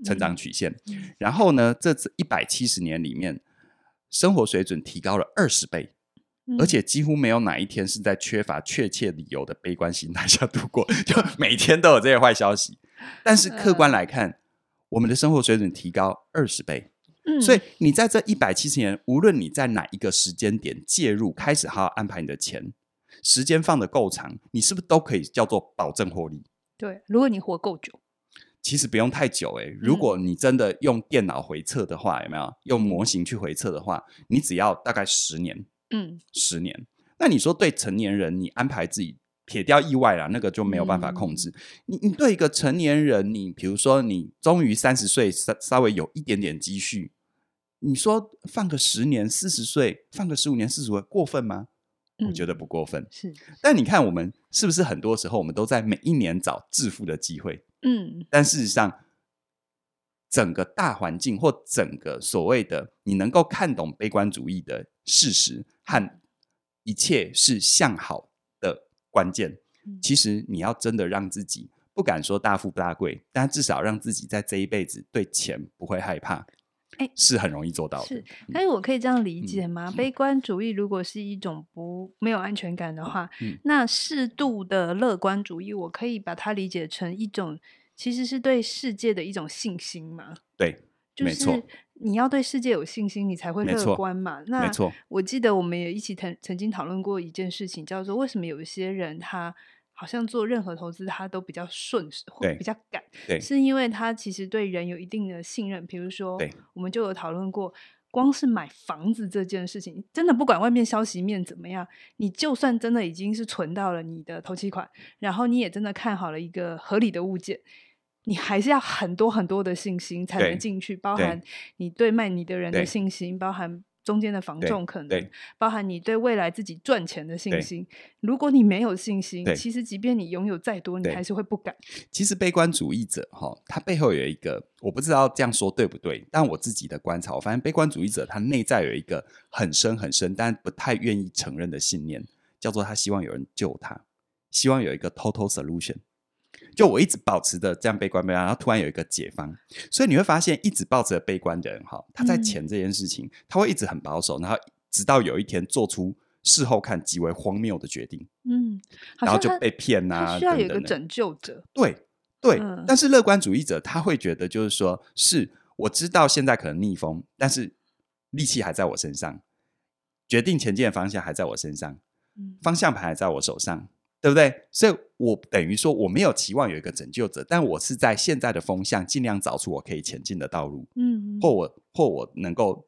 Speaker 2: 成长
Speaker 1: 嗯
Speaker 2: 曲线。
Speaker 1: 嗯
Speaker 2: 然后呢，这一百七十年里面，生活水准提高了二十倍。而
Speaker 1: 嗯
Speaker 2: 且几乎没有哪一天是在缺乏确切理由的悲观心态下度 过，就每天都有这些坏消息。但是客观来看，我们的生活水准提高二十倍，
Speaker 1: 嗯
Speaker 2: 所以你在这一百七十年，无论你在哪一个时间点介入，开始好好安排你的钱，时间放得够长，你是不是都可以叫做保证获利？
Speaker 1: 对，如果你活够久，
Speaker 2: 其实不用太久诶、如果你真的用电脑回测的话，有没有用模型去回测的话，你只要大概十年，
Speaker 1: 嗯，
Speaker 2: 十年。那你说对成年人，你安排自己撇掉意外啦，那个就没有办法控制。你你对一个成年人，你比如说你终于三十岁，稍稍微有一点点积蓄，你说放个十年，四十岁放个十五年，四十岁过分吗？我
Speaker 1: 嗯
Speaker 2: 觉得不过分。
Speaker 1: 是，
Speaker 2: 但你看，我们是不是很多时候我们都在每一年找致富的机会？
Speaker 1: 嗯
Speaker 2: 但事实上，整个大环境或整个所谓的你能够看懂悲观主义的事实和一切是向好的关键
Speaker 1: 嗯。
Speaker 2: 其实你要真的让自己不敢说大富大贵，但至少让自己在这一辈子对钱不会害怕，
Speaker 1: 哎
Speaker 2: 是很容易做到的
Speaker 1: 是。，但是我可以这样理
Speaker 2: 嗯
Speaker 1: 解吗？悲观主义如果是一种不没有安全感的话，
Speaker 2: 嗯
Speaker 1: 那适度的乐观主义，我可以把它理解成一种其实是对世界的一种信心嘛。
Speaker 2: 对，
Speaker 1: 就
Speaker 2: 没错
Speaker 1: 是你要对世界有信心，你才会
Speaker 2: 没
Speaker 1: 乐
Speaker 2: 错
Speaker 1: 观嘛。那
Speaker 2: 没错，
Speaker 1: 我记得我们也一起曾曾经讨论过一件事情，叫做为什么有一些人他好像做任何投资他都比较顺势，或
Speaker 2: 对
Speaker 1: 比较敢，
Speaker 2: 对
Speaker 1: 是因为他其实对人有一定的信任。比如说
Speaker 2: 对，
Speaker 1: 我们就有讨论过。光是买房子这件事情，真的不管外面消息面怎么样，你就算真的已经是存到了你的头期款，然后你也真的看好了一个合理的物件，你还是要很多很多的信心才能
Speaker 2: 对
Speaker 1: 进去，包
Speaker 2: 对
Speaker 1: 含你对卖你的人的
Speaker 2: 对
Speaker 1: 信心，包含中间的房
Speaker 2: 对
Speaker 1: 仲可能
Speaker 2: 对，
Speaker 1: 包含你对未来自己赚钱的信
Speaker 2: 对
Speaker 1: 心。如果你没有信心，
Speaker 2: 对
Speaker 1: 其实即便你拥有再多，你
Speaker 2: 对
Speaker 1: 还是会不敢。
Speaker 2: 其实悲观主义者哈、他背后有一个，我不知道这样说对不对，但我自己的观察，我发现悲观主义者他内在有一个很深很深，但不太愿意承认的信念，叫做他希望有人救他，希望有一个 total solution。就我一直保持着这样悲观悲观，然后突然有一个解方，所以你会发现，一直抱着悲观的人哈，他在
Speaker 1: 嗯
Speaker 2: 钱这件事情，他会一直很保守，然后直到有一天做出事后看极为荒谬的决定，
Speaker 1: 嗯，好
Speaker 2: 然
Speaker 1: 像
Speaker 2: 后就
Speaker 1: 他
Speaker 2: 被骗呐、
Speaker 1: 他
Speaker 2: 啊，
Speaker 1: 需要有一
Speaker 2: 等等
Speaker 1: 个
Speaker 2: 的
Speaker 1: 拯救者。
Speaker 2: 对对、
Speaker 1: 嗯
Speaker 2: 但是乐观主义者他会觉得就是说，是我知道现在可能逆风，但是力气还在我身上，决定前进的方向还在我身上，
Speaker 1: 嗯
Speaker 2: 方向盘还在我手上，对不对？所以我等于说我没有期望有一个拯救者，但我是在现在的风向尽量找出我可以前进的道路，
Speaker 1: 嗯，
Speaker 2: 或我或我能够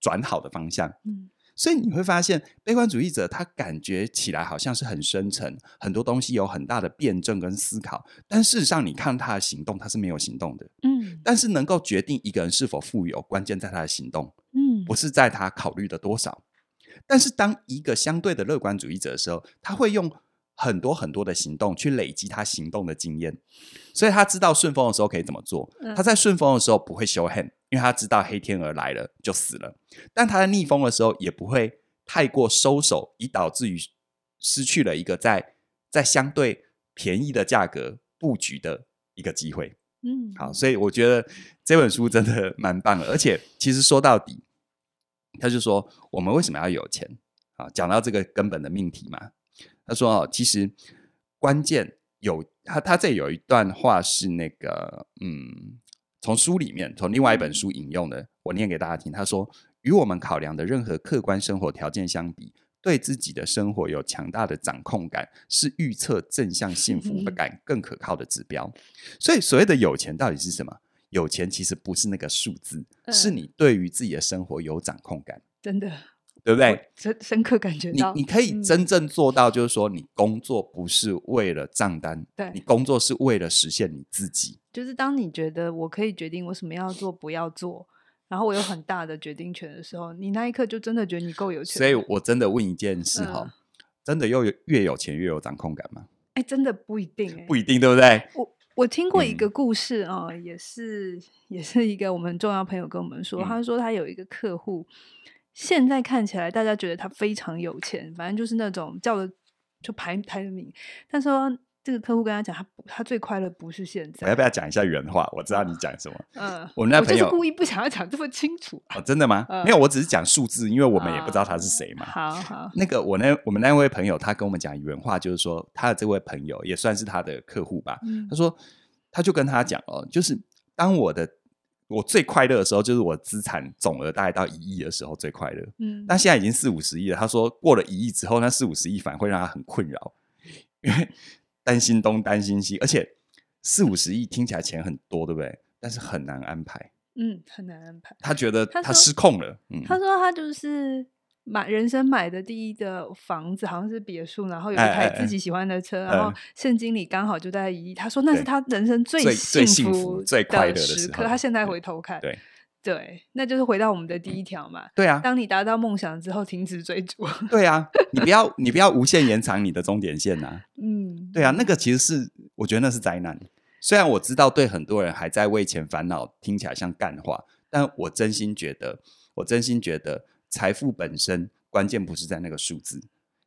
Speaker 2: 转好的方向。
Speaker 1: 嗯
Speaker 2: 所以你会发现，悲观主义者他感觉起来好像是很深沉，很多东西有很大的辩证跟思考，但事实上你看他的行动，他是没有行动的。
Speaker 1: 嗯
Speaker 2: 但是能够决定一个人是否富有，关键在他的行动，
Speaker 1: 嗯，
Speaker 2: 不是在他考虑的多少。但是当一个相对的乐观主义者的时候，他会用很多很多的行动去累积他行动的经验，所以他知道顺风的时候可以怎么做
Speaker 1: 嗯。
Speaker 2: 他在顺风的时候不会 show hand，因为他知道黑天鹅来了就死了。但他在逆风的时候也不会太过收手，以导致于失去了一个在在相对便宜的价格布局的一个机会。
Speaker 1: 嗯，
Speaker 2: 好，所以我觉得这本书真的 蛮棒的，而且其实说到底，他就说我们为什么要有钱啊？讲到这个根本的命题嘛，他说哦，其实关键有他他这有一段话是那个嗯，从书里面从另外一本书引用的，我念给大家听。他说，与我们考量的任何客观生活条件相比。对自己的生活有强大的掌控感，是预测正向幸福
Speaker 1: 嗯
Speaker 2: 感更可靠的指标。所以，所谓的有钱到底是什么？有钱其实不是那个数字，
Speaker 1: 嗯
Speaker 2: 是你对于自己的生活有掌控感，
Speaker 1: 真的，
Speaker 2: 对不对？
Speaker 1: 深深刻感觉
Speaker 2: 你
Speaker 1: 到，
Speaker 2: 你可以真正做到，就是说，你工作不是为了账单，
Speaker 1: 对
Speaker 2: 你工作是为了实现你自己。
Speaker 1: 就是当你觉得我可以决定我什么要做，不要做，然后我有很大的决定权的时候，你那一刻就真的觉得你够有钱。
Speaker 2: 所以，我真的问一件事哈、
Speaker 1: 嗯
Speaker 2: 真的又有越有钱越有掌控感吗？
Speaker 1: 哎，真的不一定、哎，
Speaker 2: 不一定，对不对？
Speaker 1: 我我听过一
Speaker 2: 嗯
Speaker 1: 个故事啊、呃也是也是一个我们重要朋友跟我们说，
Speaker 2: 嗯
Speaker 1: 他说他有一个客户，现在看起来大家觉得他非常有钱，反正就是那种叫的就排排名，但是说这个客户跟他讲，他不他最快乐不是现
Speaker 2: 我要
Speaker 1: 在
Speaker 2: 不，要讲一下原话？我知道你讲什么。
Speaker 1: 嗯，
Speaker 2: 我那
Speaker 1: 我就
Speaker 2: 朋
Speaker 1: 是
Speaker 2: 友
Speaker 1: 故意不想要讲这么清楚，
Speaker 2: 哦，真的吗？
Speaker 1: 嗯哦
Speaker 2: 没有，我只是讲数字，因为我们也不知道他是谁嘛。
Speaker 1: 好好，
Speaker 2: 那个我那我们那位朋友，他跟我们讲原话，就是说他的这位朋友也算是他的客户吧。
Speaker 1: 嗯
Speaker 2: 他说，他就跟他讲哦，就是当我的我最快乐的时候，就是我资产总额大概到一亿的时候最快乐。
Speaker 1: 嗯，
Speaker 2: 那现在已经四五十亿了，他说过了一亿之后，那四五十亿反而会让他很困扰，因为担心东担心西，而且四五十亿听起来钱很多，对不对？但是很难安排。
Speaker 1: 嗯很难安排。
Speaker 2: 他觉得
Speaker 1: 他
Speaker 2: 他
Speaker 1: 说
Speaker 2: 失控了，嗯，
Speaker 1: 他说他就是买人生买的第一的房子，好像是别墅，然后有一
Speaker 2: 哎哎
Speaker 1: 台
Speaker 2: 哎
Speaker 1: 自己喜欢的车，
Speaker 2: 嗯
Speaker 1: 然后现金里刚好就在一亿。他说那是
Speaker 2: 对
Speaker 1: 他人生最
Speaker 2: 最最幸福
Speaker 1: 福、
Speaker 2: 最快乐的
Speaker 1: 时
Speaker 2: 时
Speaker 1: 刻。
Speaker 2: 候
Speaker 1: 他现在
Speaker 2: 对
Speaker 1: 回头看，
Speaker 2: 对
Speaker 1: 对那就是回到我们的第一条嘛。
Speaker 2: 对啊，
Speaker 1: 当你达到梦想之后，停止追逐。
Speaker 2: 对啊，你不要你不要无限延长你的终点线呐、
Speaker 1: 嗯，
Speaker 2: 对啊，那个其实是我觉得那是灾难。虽然我知道对很多人还在为钱烦恼，听起来像干话，但我真心觉得，我真心觉得财富本身关键不是在那个数字，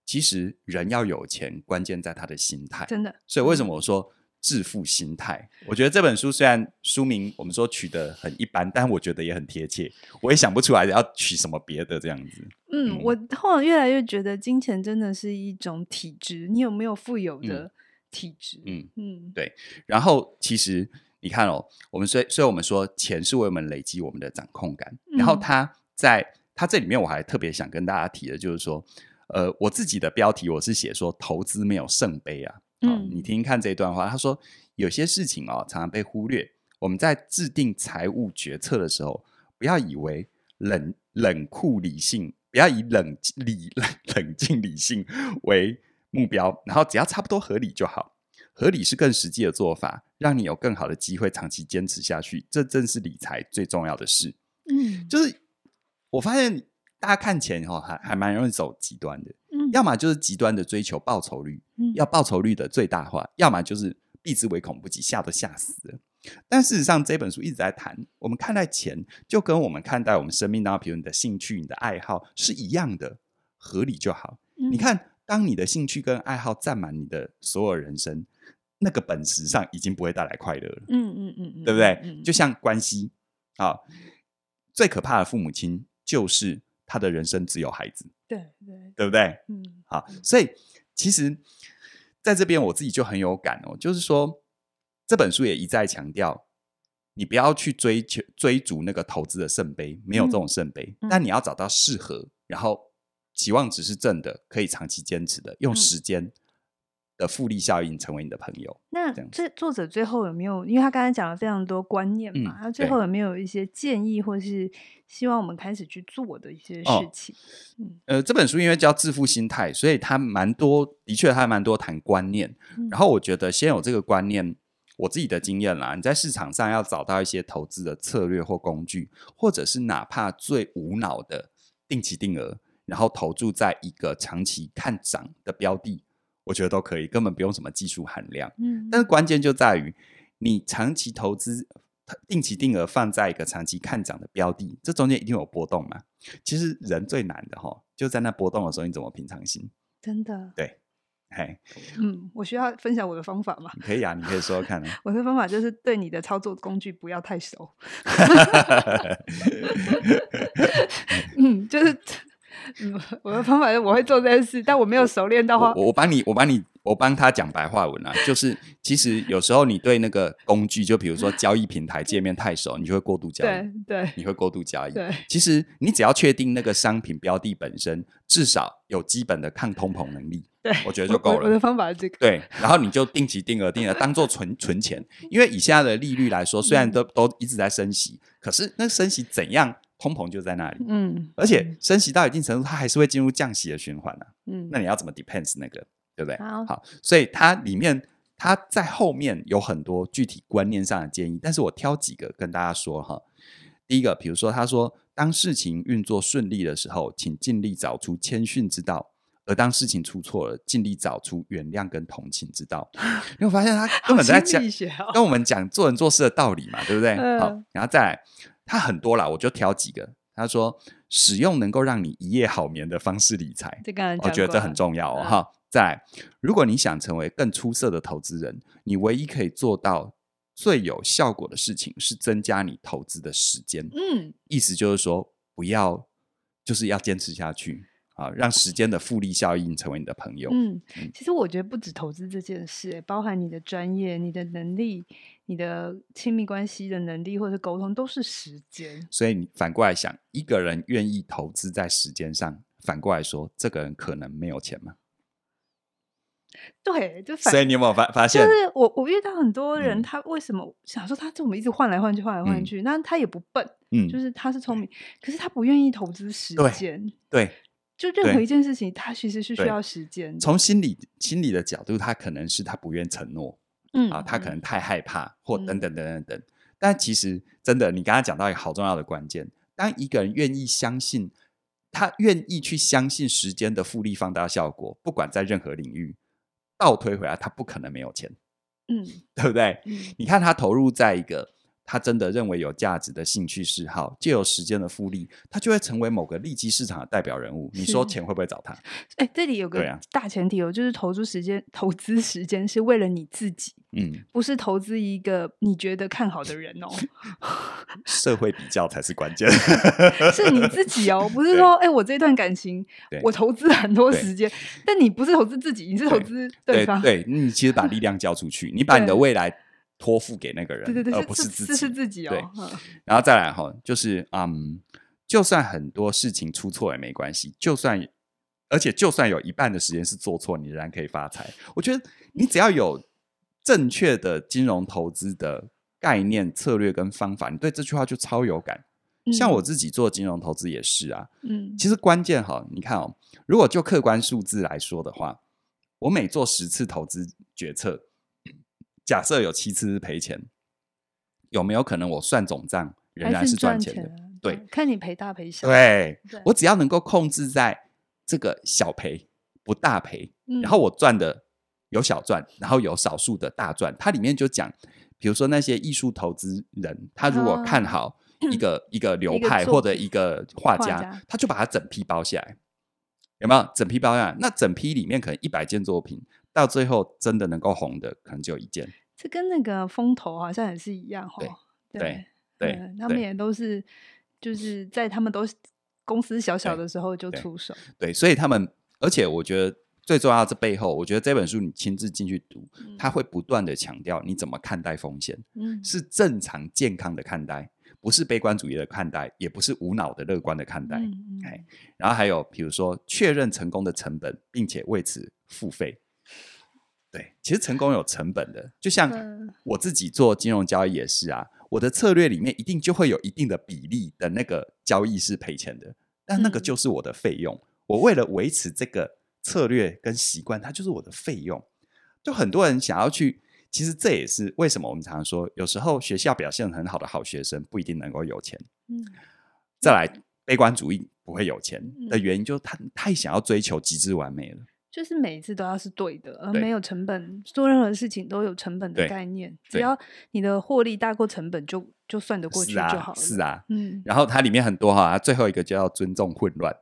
Speaker 2: 其实人要有钱，关键在他的心态。
Speaker 1: 真的，
Speaker 2: 所以为什么我说致富心态？我觉得这本书虽然书名我们说取得很一般，但我觉得也很贴切。我也想不出来要取什么别的这样子。
Speaker 1: 嗯，
Speaker 2: 嗯
Speaker 1: 我后来越来越觉得金钱真的是一种体质，你有没有富有的体质？
Speaker 2: 嗯，
Speaker 1: 嗯，
Speaker 2: 对然后其实你看哦，我们虽虽然我们说钱是为我们累积我们的掌控感，然后
Speaker 1: 嗯
Speaker 2: 它在它这里面我还特别想跟大家提的就是说，呃，我自己的标题我是写说投资没有圣杯啊，嗯、
Speaker 1: 嗯
Speaker 2: 你听听看这段话，他说有些事情哦常常被忽略，我们在制定财务决策的时候，不要以为冷冷酷理性，不要以冷理 冷冷静理性为目标，然后只要差不多合理就好。合理是更实际的做法，让你有更好的机会长期坚持下去。这正是理财最重要的事。
Speaker 1: 嗯，
Speaker 2: 就是我发现大家看钱哈、哦，还还蛮容易走极端的，
Speaker 1: 嗯
Speaker 2: 要么就是极端的追求报酬率，
Speaker 1: 嗯
Speaker 2: 要报酬率的最大化，要么就是避之唯恐不及，吓都吓死了。但事实上，这本书一直在谈，我们看待钱，就跟我们看待我们生命当中，比如你的兴趣、你的爱好是一样的，合理就好。你
Speaker 1: 你，
Speaker 2: 看，当你的兴趣跟爱好占满你的所有人生，那个本质上已经不会带来快乐了，
Speaker 1: 嗯嗯嗯嗯，
Speaker 2: 对不对？
Speaker 1: 嗯
Speaker 2: 就像关系啊，最可怕的父母亲就是他的人生只有孩子，
Speaker 1: 对对，
Speaker 2: 对不对？
Speaker 1: 嗯
Speaker 2: 好，所以其实在这边我自己就很有感哦，就是说这本书也一再强调，你不要去追求追逐那个投资的圣杯，没有这种圣杯，
Speaker 1: 嗯嗯
Speaker 2: 但你要找到适合，然后期望值是正的，可以长期坚持的，用
Speaker 1: 嗯
Speaker 2: 时间的复利效应成为你的朋友。
Speaker 1: 那
Speaker 2: 这样
Speaker 1: 这作者最后有没有？因为他刚才讲了非常多观念嘛，
Speaker 2: 嗯
Speaker 1: 他最
Speaker 2: 对
Speaker 1: 后有没有一些建议，或是希望我们开始去做的一些
Speaker 2: 哦
Speaker 1: 事情？
Speaker 2: 呃，这本书因为叫《致富心态》，所以它蛮多，的确它蛮多谈观念。
Speaker 1: 嗯
Speaker 2: 然后我觉得先有这个观念，我自己的经验啦，你在市场上要找到一些投资的策略或工具，或者是哪怕最无脑的定期定额，然后投注在一个长期看涨的标的，我觉得都可以，根本不用什么技术含量。
Speaker 1: 嗯，
Speaker 2: 但是关键就在于你长期投资、定期定额放在一个长期看涨的标的，这中间一定有波动嘛。其实人最难的哈，就在那波动的时候，你怎么平常心？
Speaker 1: 真的
Speaker 2: 对嘿，
Speaker 1: 嗯，我需要分享我的方法吗？
Speaker 2: 可以啊，你可以说说看啊。
Speaker 1: 我的方法就是对你的操作工具不要太熟。 嗯，就是，嗯，我的方法是我会做这件事，但我没有熟练到话
Speaker 2: 我，我我帮你，我帮你，我帮他讲白话文啊，就是其实有时候你对那个工具，就比如说交易平台界面太熟，你就会过度交易
Speaker 1: 对，对
Speaker 2: 你会过度交易。
Speaker 1: 对，
Speaker 2: 其实你只要确定那个商品标的本身至少有基本的抗通膨能力，
Speaker 1: 对
Speaker 2: 我觉得
Speaker 1: 我
Speaker 2: 就够
Speaker 1: 我我的
Speaker 2: 了。
Speaker 1: 方法是这个。
Speaker 2: 对，然后你就定期定额定额当做存存钱，因为以现在的利率来说，虽然都
Speaker 1: 嗯
Speaker 2: 都一直在升息，可是那升息怎样，通膨就在那里，
Speaker 1: 嗯
Speaker 2: 而且升息到一定程度，它还是会进入降息的循环啊。
Speaker 1: 嗯，
Speaker 2: 那你要怎么 depends 那个，对不对？
Speaker 1: 好
Speaker 2: 所以它里面它在后面有很多具体观念上的建议，但是我挑几个跟大家说哈。第一个，比如说他说，当事情运作顺利的时候，请尽力找出谦逊之道；而当事情出错了，尽力找出原谅跟同情之道。你会发现他根本在
Speaker 1: 好心
Speaker 2: 讲
Speaker 1: 理学哦
Speaker 2: 跟我们讲做人做事的道理嘛，对不对？
Speaker 1: 嗯
Speaker 2: 好，然后再来，他很多啦，我就挑几个。他说，使用能够让你一夜好眠的方式理财，
Speaker 1: 这个
Speaker 2: 我觉得这很重要哦，
Speaker 1: 嗯
Speaker 2: 哈。再来，如果你想成为更出色的投资人，你唯一可以做到最有效果的事情是增加你投资的时间。
Speaker 1: 嗯，
Speaker 2: 意思就是说，不要就是要坚持下去啊，让时间的复利效应成为你的朋友。
Speaker 1: 嗯
Speaker 2: 嗯，
Speaker 1: 其实我觉得不止投资这件事、欸，包含你的专业、你的能力、你的亲密关系的能力，或者沟通，都是时间。
Speaker 2: 所以你反过来想，一个人愿意投资在时间上，反过来说，这个人可能没有钱嘛？
Speaker 1: 对，就反
Speaker 2: 所以你有没有发发
Speaker 1: 就
Speaker 2: 现？
Speaker 1: 是我我遇到很多人，
Speaker 2: 嗯
Speaker 1: 他为什么想说他这么一直换来换去，换来换
Speaker 2: 嗯
Speaker 1: 去，那他也不笨，
Speaker 2: 嗯，
Speaker 1: 就是他是聪明，可是他不愿意投资时
Speaker 2: 对
Speaker 1: 间。
Speaker 2: 对，
Speaker 1: 就任何
Speaker 2: 对
Speaker 1: 一件事情，它其实是需
Speaker 2: 对
Speaker 1: 要时间的。
Speaker 2: 从心理心理的角度，他可能是他不愿承诺。
Speaker 1: 嗯
Speaker 2: 啊，他可能太害怕，或等
Speaker 1: 嗯
Speaker 2: 等等等等。但其实真的，你刚刚讲到一个好重要的关键，当一个人愿意相信，他愿意去相信时间的复利放大效果，不管在任何领域，倒推回来，他不可能没有钱，
Speaker 1: 嗯
Speaker 2: 对不对？
Speaker 1: 嗯
Speaker 2: 你看他投入在一个他真的认为有价值的兴趣嗜好，借由时间的复利，他就会成为某个利基市场的代表人物。你说
Speaker 1: 是
Speaker 2: 钱会不会找他？
Speaker 1: 哎、这里有
Speaker 2: 对
Speaker 1: 个
Speaker 2: 啊
Speaker 1: 大前提哦，就是投资时间，投资时间是为了你自己，
Speaker 2: 嗯，
Speaker 1: 不是投资一个你觉得看好的人哦，
Speaker 2: 社会比较才是关键。
Speaker 1: 是你自己哦，不是说哎、我这段感情
Speaker 2: 对
Speaker 1: 我投资很多
Speaker 2: 对
Speaker 1: 时间，但你不是投资自己，你是投
Speaker 2: 对
Speaker 1: 资
Speaker 2: 对
Speaker 1: 方。
Speaker 2: 对，你其实把力量交出去，你把你的
Speaker 1: 对
Speaker 2: 未来托付给那个人，
Speaker 1: 对对对
Speaker 2: 而不
Speaker 1: 是
Speaker 2: 自
Speaker 1: 是是
Speaker 2: 己。
Speaker 1: 自己
Speaker 2: 对
Speaker 1: 哦，嗯
Speaker 2: 然后再来哈，就是嗯，就算很多事情出错也没关系，就算而且就算有一半的时间是做错，你仍然可以发财。我觉得你只要有正确的金融投资的概念、策略跟方法，你对这句话就超有感。像我，自己做金融投资也是啊，
Speaker 1: 嗯
Speaker 2: 其实关键哈，你看哦，如果就客观数字来说的话，我每做十次投资决策，假设有七次是赔钱，有没有可能我算总账
Speaker 1: 嗯，
Speaker 2: 仍然
Speaker 1: 还是
Speaker 2: 赚
Speaker 1: 钱
Speaker 2: 钱的？
Speaker 1: 啊
Speaker 2: 对，
Speaker 1: 看你赔大赔小，
Speaker 2: 对啊
Speaker 1: 对
Speaker 2: 我只要能够控制在这个小赔不大赔，
Speaker 1: 嗯，
Speaker 2: 然后我赚的有小赚，然后有少数的大赚。它里面就讲，比如说那些艺术投资人，他如果
Speaker 1: 啊
Speaker 2: 看好一个、一个流
Speaker 1: 一个
Speaker 2: 派
Speaker 1: 作
Speaker 2: 或者
Speaker 1: 品
Speaker 2: 一个画
Speaker 1: 画
Speaker 2: 家，
Speaker 1: 家
Speaker 2: 他就把它整批包下来，有没有？整批包下来，那整批里面可能一百件作品，到最后真的能够红的，可能只有一件。
Speaker 1: 这跟那个风投好像也是一样哦哈
Speaker 2: 对。对
Speaker 1: 嗯他
Speaker 2: 对
Speaker 1: 们
Speaker 2: 嗯
Speaker 1: 也都是就是在他们都是公司小小
Speaker 2: 对
Speaker 1: 的时候就
Speaker 2: 对
Speaker 1: 出手，
Speaker 2: 对，所以他们，而且我觉得最重要的是背后，我觉得这本书你亲自进去读，它会不断的强调你怎么看待风险。
Speaker 1: 嗯
Speaker 2: 是正常健康的看待，不是悲观主义的看待，也不是无脑的乐观的看待。
Speaker 1: 嗯
Speaker 2: 哎然后还有比如说确认成功的成本，并且为此付费。对，其实成功有成本的，就像
Speaker 1: 嗯
Speaker 2: 我自己做金融交易也是啊，我的策略里面一定就会有一定的比例的那个交易是赔钱的，但那个
Speaker 1: 嗯
Speaker 2: 就是我的费用。我为了维持这个策略跟习惯，它就是我的费用。就很多人想要去，其实这也是为什么我们常说，有时候学校表现很好的好学生不一定能够有钱。
Speaker 1: 嗯
Speaker 2: 再来，悲观主义不会有钱的
Speaker 1: 嗯
Speaker 2: 原因，就是他太想要追求极致完美了。
Speaker 1: 就是每一次都要是对的，而
Speaker 2: 对
Speaker 1: 没有成本，做任何事情都有成本的
Speaker 2: 对
Speaker 1: 概念，只
Speaker 2: 对
Speaker 1: 要你的获利大过成本就，就算得过去
Speaker 2: 是
Speaker 1: 就
Speaker 2: 啊
Speaker 1: 好，了。
Speaker 2: 是，啊。
Speaker 1: 嗯
Speaker 2: 然后它里面很多哈、它最后一个就要尊重混乱，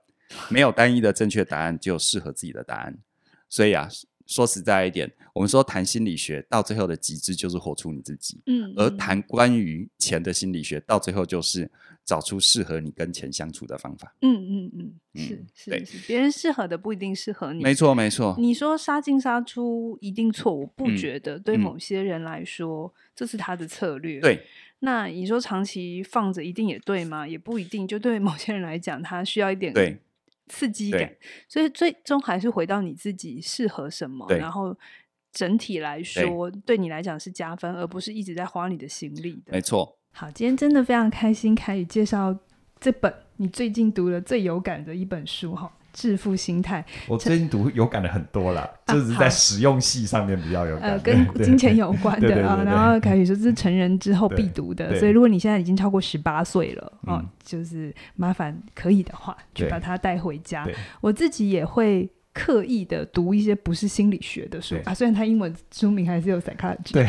Speaker 2: 没有单一的正确答案，只有适合自己的答案。所以啊，说实在一点，我们说谈心理学到最后的极致就是活出你自己，
Speaker 1: 嗯，
Speaker 2: 而
Speaker 1: 嗯
Speaker 2: 谈关于钱的心理学到最后就是找出适合你跟钱相处的方法。
Speaker 1: 嗯嗯嗯，是
Speaker 2: 嗯
Speaker 1: 是
Speaker 2: 对
Speaker 1: 是，别人适合的不一定适合你。
Speaker 2: 没错，没错。
Speaker 1: 嗯你说杀进杀出一定错，我不
Speaker 2: 嗯
Speaker 1: 觉得。对
Speaker 2: 嗯
Speaker 1: 某些人来说，这是他的策略。，
Speaker 2: 对，
Speaker 1: 那你说长期放着一定也对吗？也不一定。就对某些人来讲，他需要一点
Speaker 2: 对
Speaker 1: 刺激
Speaker 2: 对
Speaker 1: 感，所以最终还是回到你自己适合什么，
Speaker 2: 对
Speaker 1: 然后整体来说对你来讲是加分，而不是一直在花你的心力的
Speaker 2: 没。错。
Speaker 1: 好，今天真的非常开心，凯宇介绍这本你最近读了最有感的一本书哈，《致富心态》。
Speaker 3: 我最近读有感的很多啦，
Speaker 1: 啊
Speaker 3: 就是在
Speaker 1: 好
Speaker 3: 实用系上面比较有感，
Speaker 1: 呃，跟
Speaker 3: 对
Speaker 1: 金钱有关
Speaker 3: 对对
Speaker 1: 的
Speaker 3: 对
Speaker 1: 啊。
Speaker 3: 对
Speaker 1: 然后凯宇说这是成人之后
Speaker 3: 对
Speaker 1: 必读的，
Speaker 3: 对
Speaker 1: 所以如果你现在已经超过十八岁了哦
Speaker 3: 嗯，
Speaker 1: 就是麻烦可以的话，去
Speaker 3: 对
Speaker 1: 把它带回家
Speaker 3: 对。
Speaker 1: 我自己也会。刻意的读一些不是心理学的书
Speaker 3: 对
Speaker 1: 啊，虽然它英文书名还是有 psychology，
Speaker 3: 对，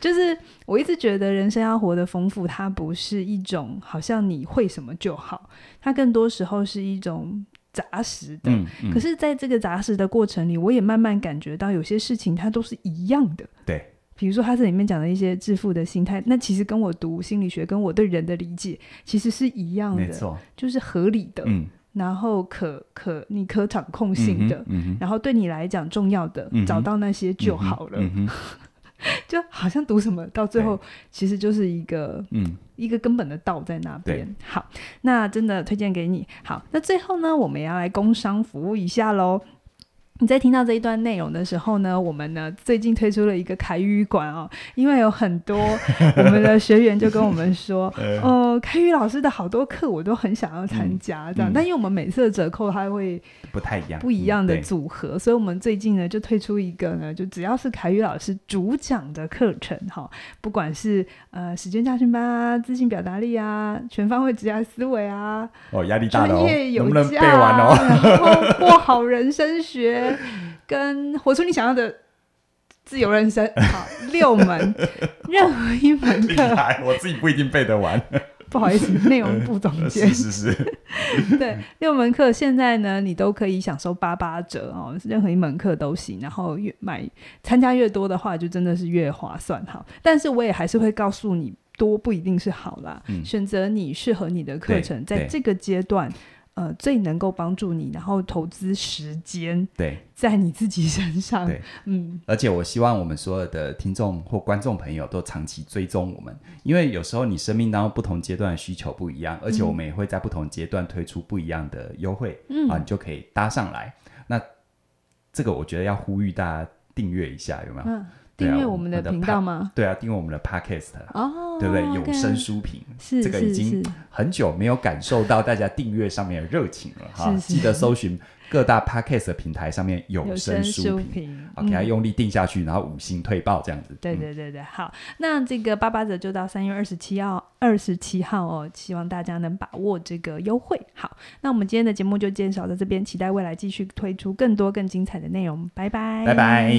Speaker 1: 就是我一直觉得人生要活得丰富，它不是一种好像你会什么就好，它更多时候是一种杂食的。
Speaker 2: 嗯，嗯
Speaker 1: 可是，在这个杂食的过程里，我也慢慢感觉到有些事情它都是一样的。
Speaker 3: 对，
Speaker 1: 比如说他这里面讲的一些致富的心态，那其实跟我读心理学，跟我对人的理解其实是一样
Speaker 2: 没
Speaker 1: 的，
Speaker 2: 错。
Speaker 1: 就是合理的，
Speaker 2: 嗯，
Speaker 1: 然后可可你可掌控
Speaker 2: 嗯
Speaker 1: 性
Speaker 2: 哼
Speaker 1: 的，
Speaker 2: 嗯哼
Speaker 1: 然后对你来讲重要的，
Speaker 2: 嗯哼
Speaker 1: 找到那些就
Speaker 2: 嗯哼
Speaker 1: 好了。
Speaker 2: 嗯哼
Speaker 1: 就好像读什么，到最后其实就是一个
Speaker 2: 嗯，
Speaker 1: 一个根本的道在那边。好，那真的推荐给你。好，那最后呢，我们也要来工商服务一下喽。你在听到这一段内容的时候呢，我们呢最近推出了一个凯语馆哦，因为有很 多我们的学员就跟我们说，哦，凯语老师的好多课我都很想要参加，这样，
Speaker 2: 嗯
Speaker 1: 但因为我们每次的折扣它会
Speaker 2: 不太一样，
Speaker 1: 不一样的
Speaker 2: 嗯对
Speaker 1: 组合，所以我们最近呢就推出一个呢，就只要是凯宇老师主讲的课程哈，不管是呃时间驾训班啊、自信表达力啊、全方位职业思维啊、
Speaker 3: 哦，压力大
Speaker 1: 专
Speaker 3: 了哦，
Speaker 1: 业有
Speaker 3: 能不能
Speaker 1: 价
Speaker 3: 背完
Speaker 1: 啊，
Speaker 3: 哦？
Speaker 1: 然后过好人生学，跟活出你想要的自由人生，好 六门，任何一门
Speaker 3: 厉
Speaker 1: 课，
Speaker 3: 害，我自己不一定背得 完。
Speaker 1: 不好意思，内容部总监
Speaker 3: 是。是 是，
Speaker 1: 对，六门课现在呢，你都可以享受八八折哦，任何一门课都行。然后越买参加越多的话，就真的是越划算哈。但是我也还是会告诉你，多不一定是好啦，
Speaker 2: 嗯
Speaker 1: 选择你适合你的课
Speaker 2: 对
Speaker 1: 程，在
Speaker 2: 对
Speaker 1: 这个阶段。呃，最能够帮助你，然后投资时间
Speaker 2: 对。
Speaker 1: 在你自己身上
Speaker 2: 对。
Speaker 1: 嗯，
Speaker 2: 而且我希望我们所有的听众或观众朋友都长期追踪我们，因为有时候你生命当中不同阶段的需求不一样，而且我们也会在不同阶段推出不一样的优惠，
Speaker 1: 嗯
Speaker 2: 啊，你就可以搭上来。那这个我觉得要呼吁大家订阅一下，有没有？
Speaker 1: 嗯，
Speaker 2: 对啊
Speaker 1: 订阅
Speaker 2: 我
Speaker 1: 我们
Speaker 2: 我
Speaker 1: 的
Speaker 2: 的
Speaker 1: 频
Speaker 2: pa-
Speaker 1: 道吗？
Speaker 2: 对啊，订阅我们的 podcast，、
Speaker 1: 哦，
Speaker 2: 对不对？有
Speaker 1: OK
Speaker 2: 声书评，
Speaker 1: 是
Speaker 2: 这个
Speaker 1: 是
Speaker 2: 已经
Speaker 1: 是
Speaker 2: 很久没有感受到大家订阅上面的热情了哈。
Speaker 1: 是是
Speaker 2: 记得搜寻各大 podcast 平台上面有
Speaker 1: 有
Speaker 2: 声书
Speaker 1: 书
Speaker 2: 评。
Speaker 1: 评
Speaker 2: 好，给他
Speaker 1: 嗯
Speaker 2: 用力定下去，然后五星退报这样子。
Speaker 1: 对
Speaker 2: 嗯
Speaker 1: 对对对，好，那这个八八折就到三月二十七号，二十七号哦，希望大家能把握这个优惠。好，那我们今天的节目就
Speaker 2: 嗯
Speaker 1: 介绍到这边，期待未来继续推出更多更精彩的内容，拜拜，
Speaker 2: 拜拜